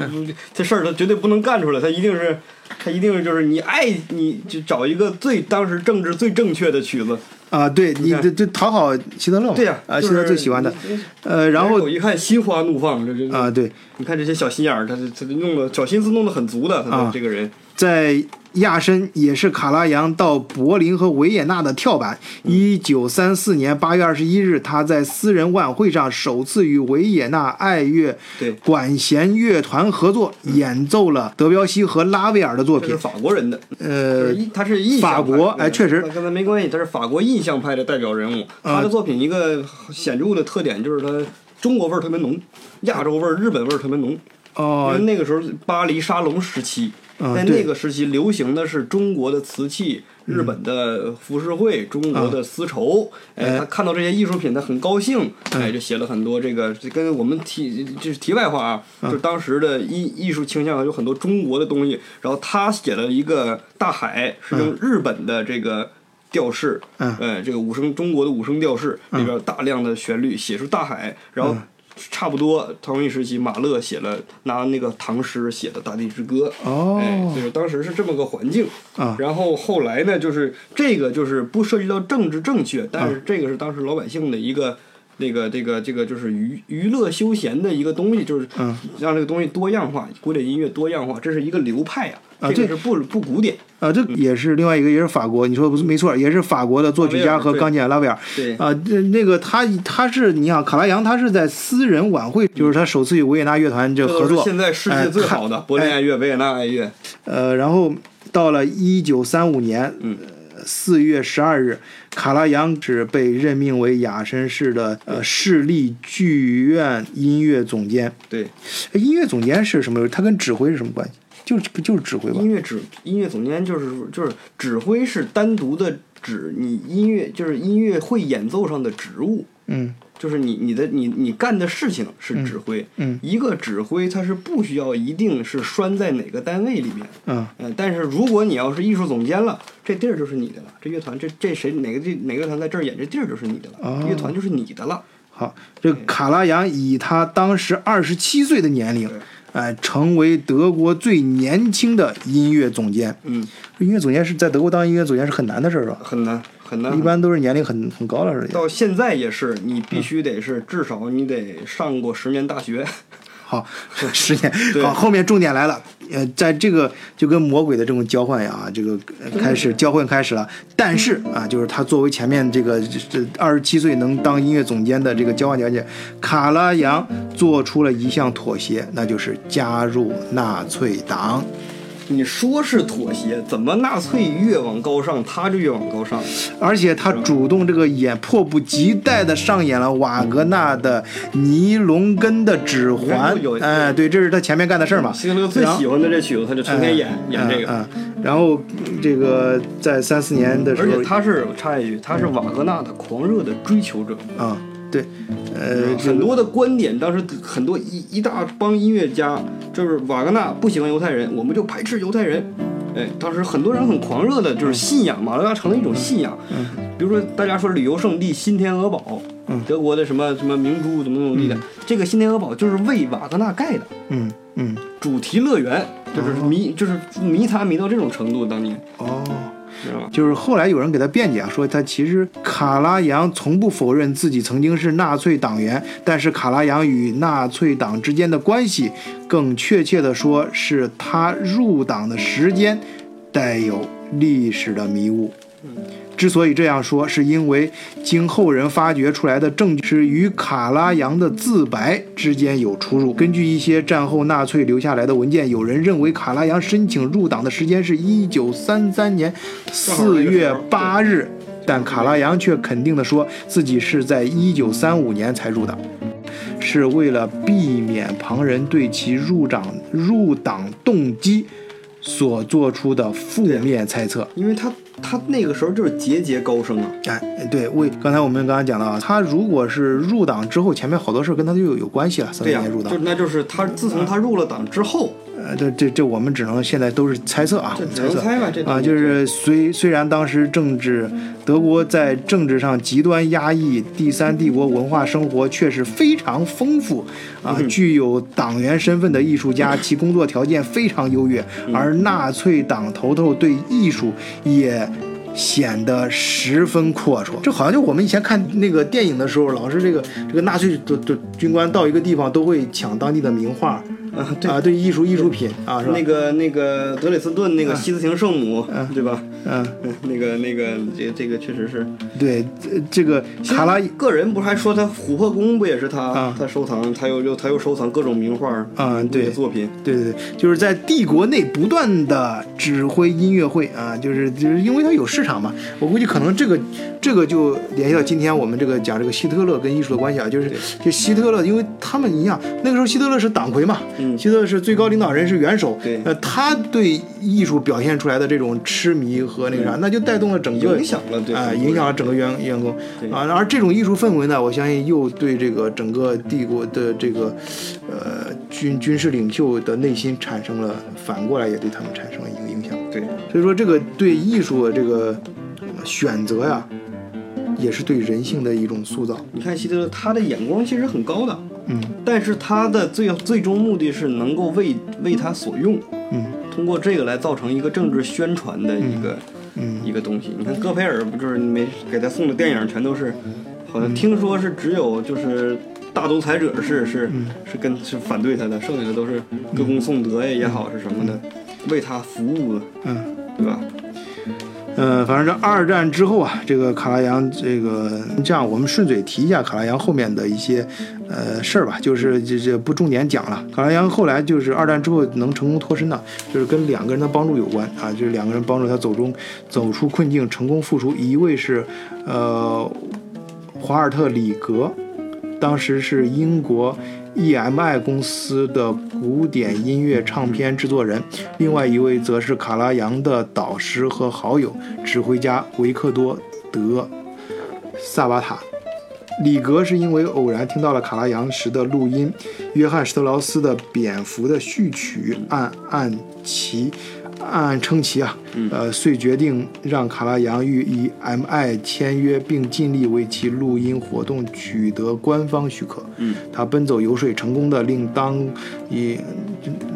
这事儿他绝对不能干出来，他一定是，他一定是就是你爱你就找一个最当时政治最正确的曲子，
啊，对你
看
这这讨好希特勒嘛？
对呀、
啊，希
就
特
是
勒最喜欢的。
你
呃，然
我
后
一看心花怒放，这这
啊，对，
你看这些小心眼儿，他他弄的小心思弄得很足的，他
啊
这个人，
在亚琛也是卡拉扬到柏林和维也纳的跳板。
嗯
一九三四年八月二十一日，他在私人晚会上首次与维也纳爱乐
对嗯
管弦乐团合作，演奏了德彪西和拉威尔的作
这是
品。
法国人的，
呃
就是，一他是印象派
法国
对
哎确实啊
那跟他没关系，他是法国印象派的代表人物。他的作品一个显著的特点就是他中国味儿特别浓，亚洲味儿、日本味儿特别浓。因
哦
为，那个时候巴黎沙龙时期，
嗯
在
对
那个时期流行的是中国的瓷器、日本的浮世绘、中国
嗯
的丝绸。哎，他看到这些艺术品，他很高兴，
嗯
哎，就写了很多这个。这跟我们题就是题外话啊，
嗯
就是当时的艺艺术倾向有很多中国的东西，然后他写了一个大海，是用日本的这个。调式，
嗯
呃，这个五声中国的五声调式里边大量的旋律写出大海，然
嗯
后差不多同一时期，马勒写了拿那个唐诗写的《大地之歌》，
哦
哎，就是当时是这么个环境
啊
然后后来
啊
呢，就是这个就是不涉及到政治正确，但是这个是当时老百姓的一个。这个这个这个就是娱娱乐休闲的一个东西，就是
嗯
让这个东西多样化，古典音乐多样化，这是一个流派呀、
啊这
这个是不不古典。
啊，这也是另外一个，也是法国，你说不是没错，也是法国的作曲家和钢琴家拉威尔。
对
啊，这那个他他是你想卡拉扬，他是在私人晚会，就是他首次与维也纳乐团这
这
合
都是
作，
现在世界最好的、
哎
柏林爱乐、维也纳爱乐，
呃，然后到了一九三五年，嗯。四月十二日，卡拉扬只被任命为雅绅市的呃市立剧院音乐总监。
对，
哎音乐总监是什么？他跟指挥是什么关系？就是就是指挥吧
音。乐指音乐总监就是就是指挥是单独的指你音乐就是音乐会演奏上的职务，
嗯
就是你你的你你干的事情是指挥，
嗯
一个指挥他是不需要一定是拴在哪个单位里面，
嗯
呃，但是如果你要是艺术总监了，这地儿就是你的了，这乐团这这谁哪个这哪个乐团在这儿演，这地儿就是你的了，
哦
乐团就是你的了，
好，这卡拉扬以他当时二十七岁的年龄
对，
哎，成为德国最年轻的音乐总监。
嗯，
音乐总监是在德国当音乐总监是很难的事儿吧？
很难很难，
一般嗯都是年龄很很高了，是吧？
到现在也是，你必须得是至少你得上过十年大学， [laughs]
好，十年
对。
好，后面重点来了。呃，在这个就跟魔鬼的这种交换呀、这个呃开始交换开始了。但是啊，就是他作为前面这个这二十七岁能当音乐总监的这个交换条件，卡拉扬做出了一项妥协，那就是加入纳粹党。
你说是妥协，怎么纳粹越往高尚，他就越往高尚？
而且他主动这个演，迫不及待地上演了瓦格纳的《尼龙根的指环
有有》。
哎，对，这是他前面干的事儿嘛。
希特勒最
然后
喜欢的这曲子，他就成天演、
嗯
演这个。
嗯嗯然后嗯这个在三四年的时
而
候，
且他是插一句，他是瓦格纳的狂热的追求者，
啊、对，呃，这
很
个
多的观点，当时很多一一大帮音乐家，就是瓦格纳不喜欢犹太人，我们就排斥犹太人。哎，当时很多人很狂热的，
嗯
就是信仰马格纳成了一种信仰。比如说大家说旅游胜地新天鹅堡，
嗯
德国的什么什么明珠怎么怎么地的，这个新天鹅堡就是为瓦格纳盖的。
嗯嗯
主题乐园，就是迷，就是迷他迷到这种程度，当年
哦，
知道吧？
就是后来有人给他辩解啊，说他其实卡拉扬从不否认自己曾经是纳粹党员，但是卡拉扬与纳粹党之间的关系，更确切的说是他入党的时间带有历史的迷雾。之所以这样说，是因为经后人发掘出来的证据是与卡拉扬的自白之间有出入。根据一些战后纳粹留下来的文件，有人认为卡拉扬申请入党的时间是一九三三年四月八日，但卡拉扬却肯定地说自己是在一九三五年才入党。是为了避免旁人对其入党入党动机所做出的负面猜测。
因为他他那个时候就是节节高升啊，
哎，对，为刚才我们刚刚讲到啊，他如果是入党之后，前面好多事儿跟他就有有关系了，三
对
四
呀、
年入党嗯
就，那就是他自从他入了党之后，
呃，这这这我们只能现在都是猜测啊，
这
猜
只能
测
猜吧，这
啊，就是虽虽然当时政治德国在政治上极端压抑，第三帝国文化生活确实非常丰富啊，具有党员身份的艺术家，其工作条件非常优越，而纳粹党头头对艺术也。显得十分阔绰，这好像就我们以前看那个电影的时候，老是这个这个纳粹的的军官到一个地方都会抢当地的名画，
啊，对。
啊，对艺术艺术品啊，是吧？
那个那个德累斯顿那个西斯廷圣母，对吧？
嗯，
嗯 [laughs] 那个那个这这个确实是
对，这这个卡拉
个人不是还说他琥珀宫不也是他、
啊
他收藏，他又又他又收藏各种名画
啊对
那嗯个作品，
对对对，就是在帝国内不断的指挥音乐会啊，就是就是因为它有市场嘛。我估计可能这个这个就联系到今天我们这个讲这个希特勒跟艺术的关系啊，就是就希特勒，因为他们一样，那个时候希特勒是党魁嘛，
嗯
希特勒是最高领导人，是元首，
对
呃，他对艺术表现出来的这种痴迷和那个啥，那就带动了整个
影响了对
啊、
很多
影响了整个员员工啊。而这种艺术氛围呢，我相信又对这个整个帝国的这个呃军军事领袖的内心产生了，反过来也对他们产生了一个影响。
对，
所以说，这个对艺术的这个呃选择呀、也是对人性的一种塑造。
你看希特勒，他的眼光其实很高的，
嗯，
但是他的最最终目的是能够为为他所用，
嗯，
通过这个来造成一个政治宣
嗯
传的一个、一个东西。你看戈培尔不就是没给他送的电影全都是好
嗯
像听说是只有就是大独裁者是是、
嗯
是跟是反对他的，剩下的都是歌功颂德呀也好是什么的，为他服务的，
嗯。
对吧？
呃，反正这二战之后啊，这个卡拉扬这个这样，我们顺嘴提一下卡拉扬后面的一些呃事儿吧，就是这这不重点讲了。卡拉扬后来就是二战之后能成功脱身呢、就是跟两个人的帮助有关啊，就是两个人帮助他走中走出困境，成功复出。一位是呃华尔特里格，当时是英国 EMI 公司的古典音乐唱片制作人，另外一位则是卡拉扬的导师和好友指挥家维克多·德萨瓦塔。里格是因为偶然听到了卡拉扬时的录音，约翰施特劳斯的《蝙蝠》的序曲，按按其按称其啊，呃，遂决定让卡拉扬与 EMI 签约，并尽力为其录音活动取得官方许可。嗯，他奔走游说，成功的令当也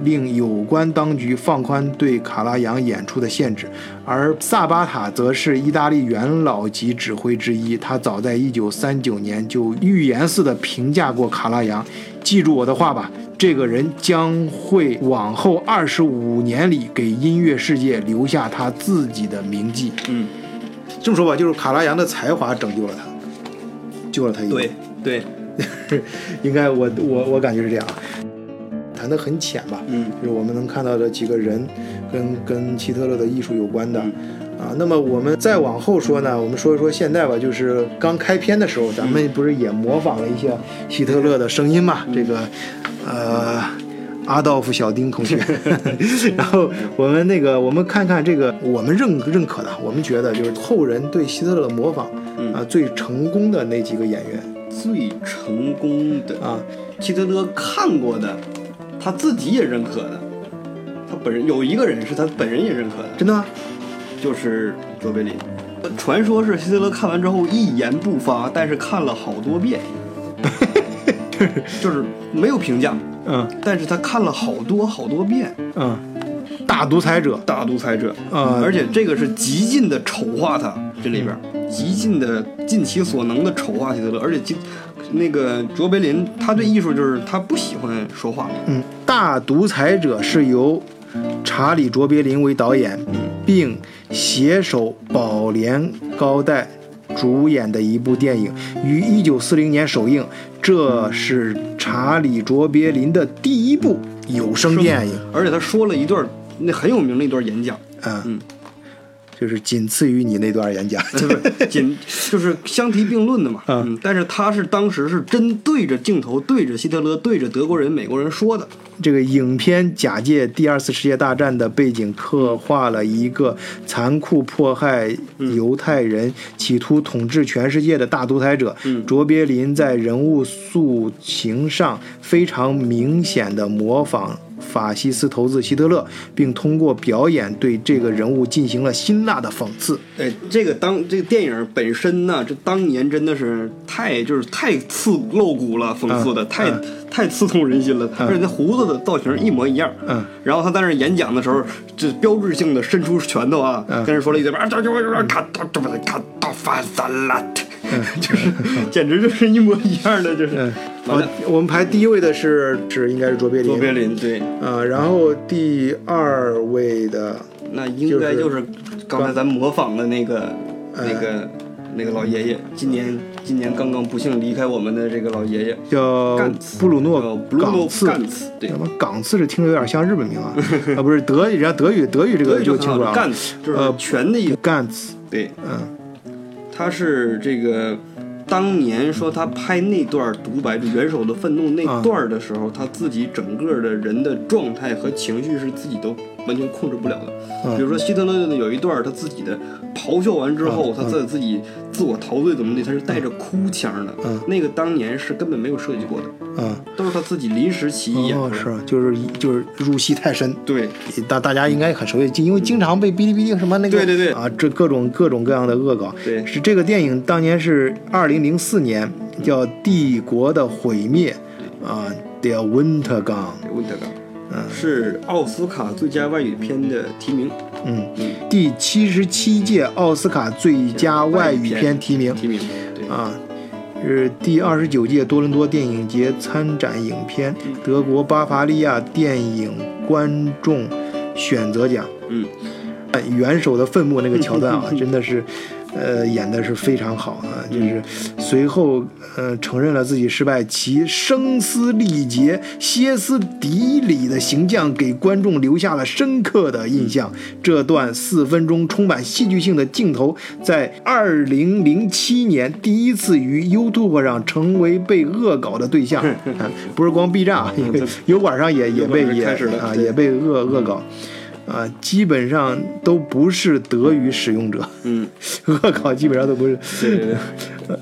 令有关当局放宽对卡拉扬演出的限制，而萨巴塔则是意大利元老级指挥之一，他早在1939年就预言似的评价过卡拉扬，记住我的话吧，这个人将会往后二十五年里给音乐世界留下他自己的名迹。
嗯，
这么说吧，就是卡拉扬的才华拯救了他，救了他一命
对。对，
[laughs] 应该我我我感觉是这样啊，谈得很浅吧，
嗯
就是我们能看到的几个人跟跟希特勒的艺术有关的。啊，那么我们再往后说呢，我们说一说现在吧，就是刚开篇的时候，咱们不是也模仿了一下希特勒的声音嘛？这个，呃，阿道夫·小丁同 [laughs] 学，然后我们那个，我们看看这个，我们认认可的，我们觉得就是后人对希特勒的模仿，啊，最成功的那几个演员，
最成功的
啊，
希特勒看过的，他自己也认可的，他本人有一个人是他本人也认可的，
真的吗？
就是卓别林。呃传说是希特勒看完之后一言不发，但是看了好多遍， [laughs] 就是没有评价，
嗯
但是他看了好多好多遍
嗯，大独裁者
《大独裁者》
啊
嗯而且这个是极尽的丑化他，这里边儿
嗯
极尽的尽其所能的丑化希特勒，而且极那个卓别林他对艺术就是他不喜欢说话，
嗯，《大独裁者》是由查理·卓别林为导演，并携手宝莲高代主演的一部电影，于一九四零年首映。这是查理·卓别林的第一部有声电影，
而且他说了一段那很有名的一段演讲，
嗯，就是仅次于你那段演讲，
对不是仅 [laughs] 就是相提并论的嘛。
嗯
嗯，但是他是当时是针对着镜头，对着希特勒，对着德国人、美国人说的。
这个影片假借第二次世界大战的背景，刻画了一个残酷迫害犹太人、企图统治全世界的大独裁者。
嗯
卓别林在人物塑形上非常明显的模仿法西斯头子希特勒，并通过表演对这个人物进行了辛辣的讽刺。
哎，这个当这个电影本身呢，这当年真的是太就是太刺露骨了，讽刺的、
嗯
太太刺痛人心了。而且那胡子的造型一模一样。
嗯。
然后他在那儿演讲的时候，这标志性的伸出拳头啊，
嗯
跟人说了一句啊，这就咔哒这不咔哒发萨拉特， [laughs] 就是简直就是一模一样的，就是
嗯，好
完了。，
我们排第一位的是是应该是卓别林，
卓别林对，
啊、然后第二位的
那应该就是刚哎才咱模仿的那个、那个、那个老爷爷，今年今年刚刚不幸离开我们的这个老爷爷，
叫
干茨
布鲁诺
叫布鲁
冈
诺
茨，
干茨，对
什，么港次是听着有点像日本名
[laughs]
啊，啊不是德语，人家德语德语这个
德语就
清楚了啊，
干茨就是拳的意思，
干茨，
对，
嗯
他是这个。当年说他拍那段独白，就元首的愤怒
啊
那段的时候，他自己整个的人的状态和情绪是自己都完全控制不了的。
啊
比如说希特勒有一段他自己的咆哮完之
啊
后，他在自己自我陶醉怎么的，他是带着哭腔的。
啊
那个当年是根本没有设计过的，
嗯，
都是他自己临时起意演
哦
出来的。
是就是就是入戏太深，
啊对，
大大家应该很熟悉，因为经常被哔哩哔哩什么那个
对对对
啊，这各种各种各样的恶搞。
对
是这个电影当年是二零零四年，叫《帝国的毁灭》啊，《The Winter Gun》。
问德刚，
啊
是奥斯卡最佳外语片的提名，
嗯，第七十七届奥斯卡最佳外语片提名
提名。对，
啊。是第二十九届多伦多电影节参展影片德国巴伐利亚电影观众选择奖。
嗯，
呃元首的愤怒那个桥段啊，真的是，呃，演的是非常好啊。就是随后，呃，承认了自己失败，其声嘶力竭、歇斯底里的形象给观众留下了深刻的印象。这段四分钟充满戏剧性的镜头，在二零零七年第一次于 YouTube 上成为被恶搞的对象，啊不是光 B 站啊，因为 [laughs] 油管上也也被
油管
也
上开始了
啊
对
也被恶恶搞。啊，基本上都不是德语使用者，
嗯，
[laughs] 恶搞基本上都不是。
对对对，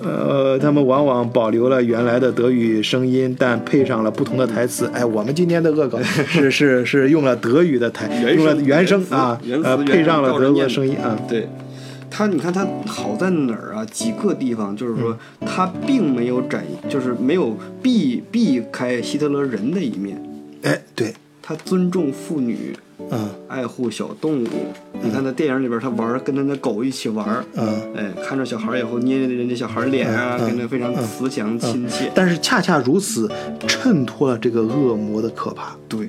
呃，他们往往保留了原来的德语声音，但配上了不同的台词。哎，我们今天的恶搞
[laughs]
是是是用了德语的台，[laughs]
原
用了
声
原
原
声
词
啊
原，词
呃，
原
配
声
上了
照着
德国
念
的声音啊。
对。他，你看他好在哪儿啊？几个地方，就是说
嗯
他并没有展，就是没有避避开希特勒人的一面，
哎，对，
他尊重妇女，
嗯
爱护小动物。你看他电影里边，他玩儿跟他的狗一起玩儿，
嗯。
哎，看着小孩儿以后捏捏人家小孩儿脸啊，
嗯嗯
跟他非常慈祥亲切。
但是恰恰如此，衬托了这个恶魔的可怕。
对，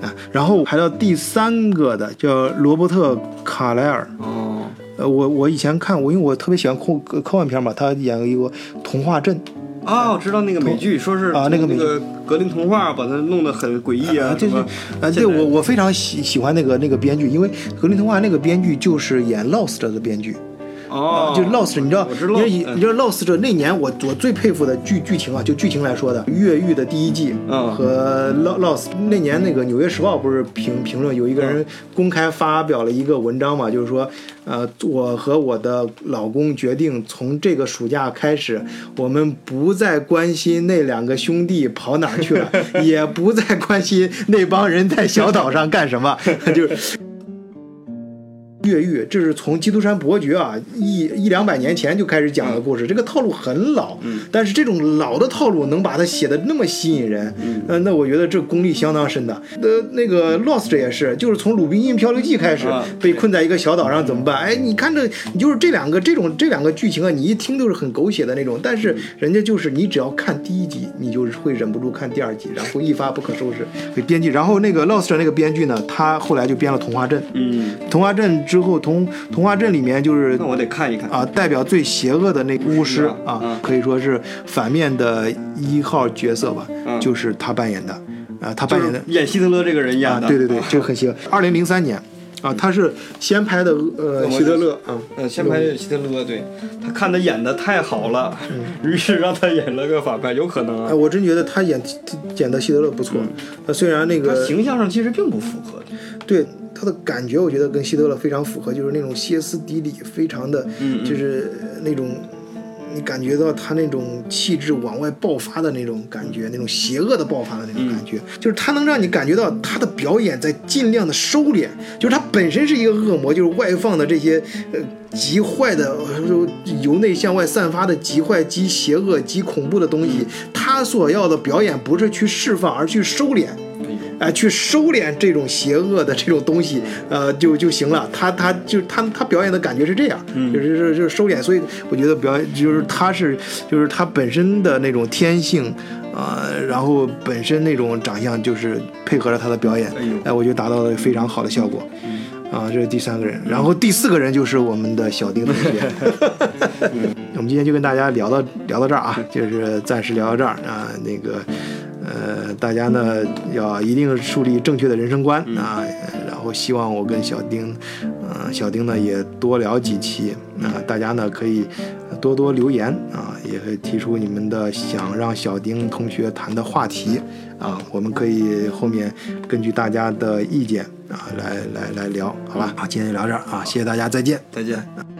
啊，然后排到第三个的叫罗伯特·卡莱尔，
哦，
呃，我我以前看我，因为我特别喜欢科科幻片嘛，他演过一个《童话镇》
哦，知道那个美剧，说是
啊那个
从
美
那
剧
个格林童话把它弄得很诡异啊，
对对
什么，
啊，对
现在
我我非常喜喜欢那个那个编剧，因为《格林童话》那个编剧就是演《Lost》的编剧，
哦，
就是 Lost，你知道，
我知
因
道
为你
嗯
你知道 Lost 那年我我最佩服的剧剧情啊，就剧情来说的，《越狱》的第一季
嗯
和 Lo- Lost 那年那个《纽约时报》不是评评论有一个
嗯
人公开发表了一个文章嘛，就是说，呃，我和我的老公决定从这个暑假开始，我们不再关心那两个兄弟跑哪儿去
[laughs]
了，也不再关心那帮人在小岛上干什么， [laughs] 就是。越狱，这是从基督山伯爵啊一一两百年前就开始讲
嗯
的故事，这个套路很老，但是这种老的套路能把它写的那么吸引人，嗯、那我觉得这功力相当深的。呃，那个 Lost 也是，就是从《鲁滨逊漂流记》开始
啊
被困在一个小岛上怎么办？哎，你看这，你就是这两个这种这两个剧情啊，你一听就是很狗血的那种，但是
嗯
人家就是你只要看第一集，你就是会忍不住看第二集，然后一发不可收拾。编剧，然后那个 Lost 那个编剧呢，他后来就编了《童话镇》，
嗯，
童话镇之后，童童话镇里面就是
那我得看一看
啊，代表最邪恶的那个巫师
巫师啊
啊
嗯，
可以说是反面的一号角色吧，
嗯
就是他扮演的，啊，他
就
扮演的
是演希特勒这个人演
啊，
的，
对对对，这个很邪恶。二零零三年啊，他是先拍的呃希特勒啊，
嗯，先拍希特勒，对他看他演的太好了，
嗯
[laughs] 于是让他演了个反派，有可能
哎，
啊。
我真觉得他演演的希特勒不错，呃，虽然那
嗯他
个
形象上其实并不符合，
对他的感觉，我觉得跟希特勒非常符合，就是那种歇斯底里，非常的，就是那种你感觉到他那种气质往外爆发的那种感觉，那种邪恶的爆发的那种感觉，就是他能让你感觉到他的表演在尽量的收敛，就是他本身是一个恶魔，就是外放的这些呃极坏的，呃就由内向外散发的极坏、极邪恶、极恐怖的东西，他所要的表演不是去释放，而去收敛。哎，去收敛这种邪恶的这种东西，呃，就就行了。他他就是他他表演的感觉是这样，就是就是就是收敛。所以我觉得表演就是他是就是他本身的那种天性，呃，然后本身那种长相就是配合着他的表演，哎
呦
我觉得达到了非常好的效果。啊，这是第三个人，然后第四个人就是我们的小丁同学。我们今天就跟大家聊到聊到这儿啊，就是暂时聊到这儿啊。那个，呃，大家呢要一定树立正确的人生观啊，然后希望我跟小丁，呃，小丁呢也多聊几期啊、大家呢可以多多留言啊，也可以提出你们的想让小丁同学谈的话题啊，我们可以后面根据大家的意见啊来来来聊，好吧？好，今天就聊这儿啊，谢谢大家，再见。
再见。